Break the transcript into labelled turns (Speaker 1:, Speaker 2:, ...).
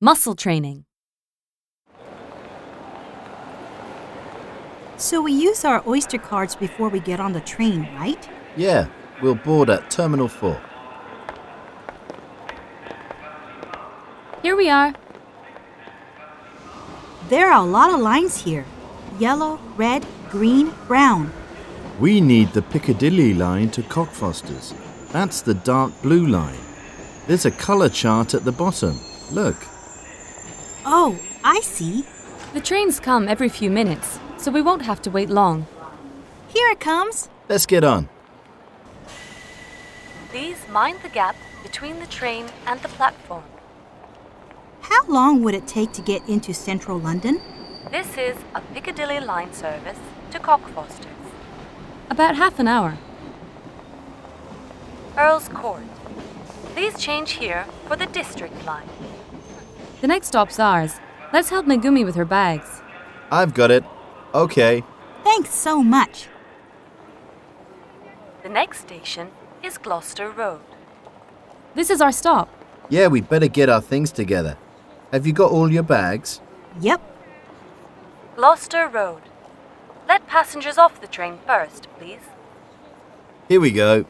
Speaker 1: Muscle training.
Speaker 2: So we use our Oyster cards before we get on the train, right?
Speaker 3: Yeah, we'll board at Terminal 4.
Speaker 1: Here we are.
Speaker 2: There are a lot of lines here yellow, red, green, brown.
Speaker 3: We need the Piccadilly line to Cockfosters. That's the dark blue line. There's a colour chart at the bottom. Look.
Speaker 2: Oh, I see.
Speaker 1: The trains come every few minutes, so we won't have to wait long.
Speaker 2: Here it comes.
Speaker 3: Let's get on.
Speaker 1: Please mind the gap between the train and the platform.
Speaker 2: How long would it take to get into central London?
Speaker 1: This is a Piccadilly line service to Cockfosters. About half an hour. Earl's Court. Please change here for the district line. The next stop's ours. Let's help Megumi with her bags.
Speaker 3: I've got it. Okay.
Speaker 2: Thanks so much.
Speaker 1: The next station is Gloucester Road. This is our stop.
Speaker 3: Yeah, we better get our things together. Have you got all your bags?
Speaker 2: Yep,
Speaker 1: Gloucester Road. Let passengers off the train first, please.
Speaker 3: Here we go.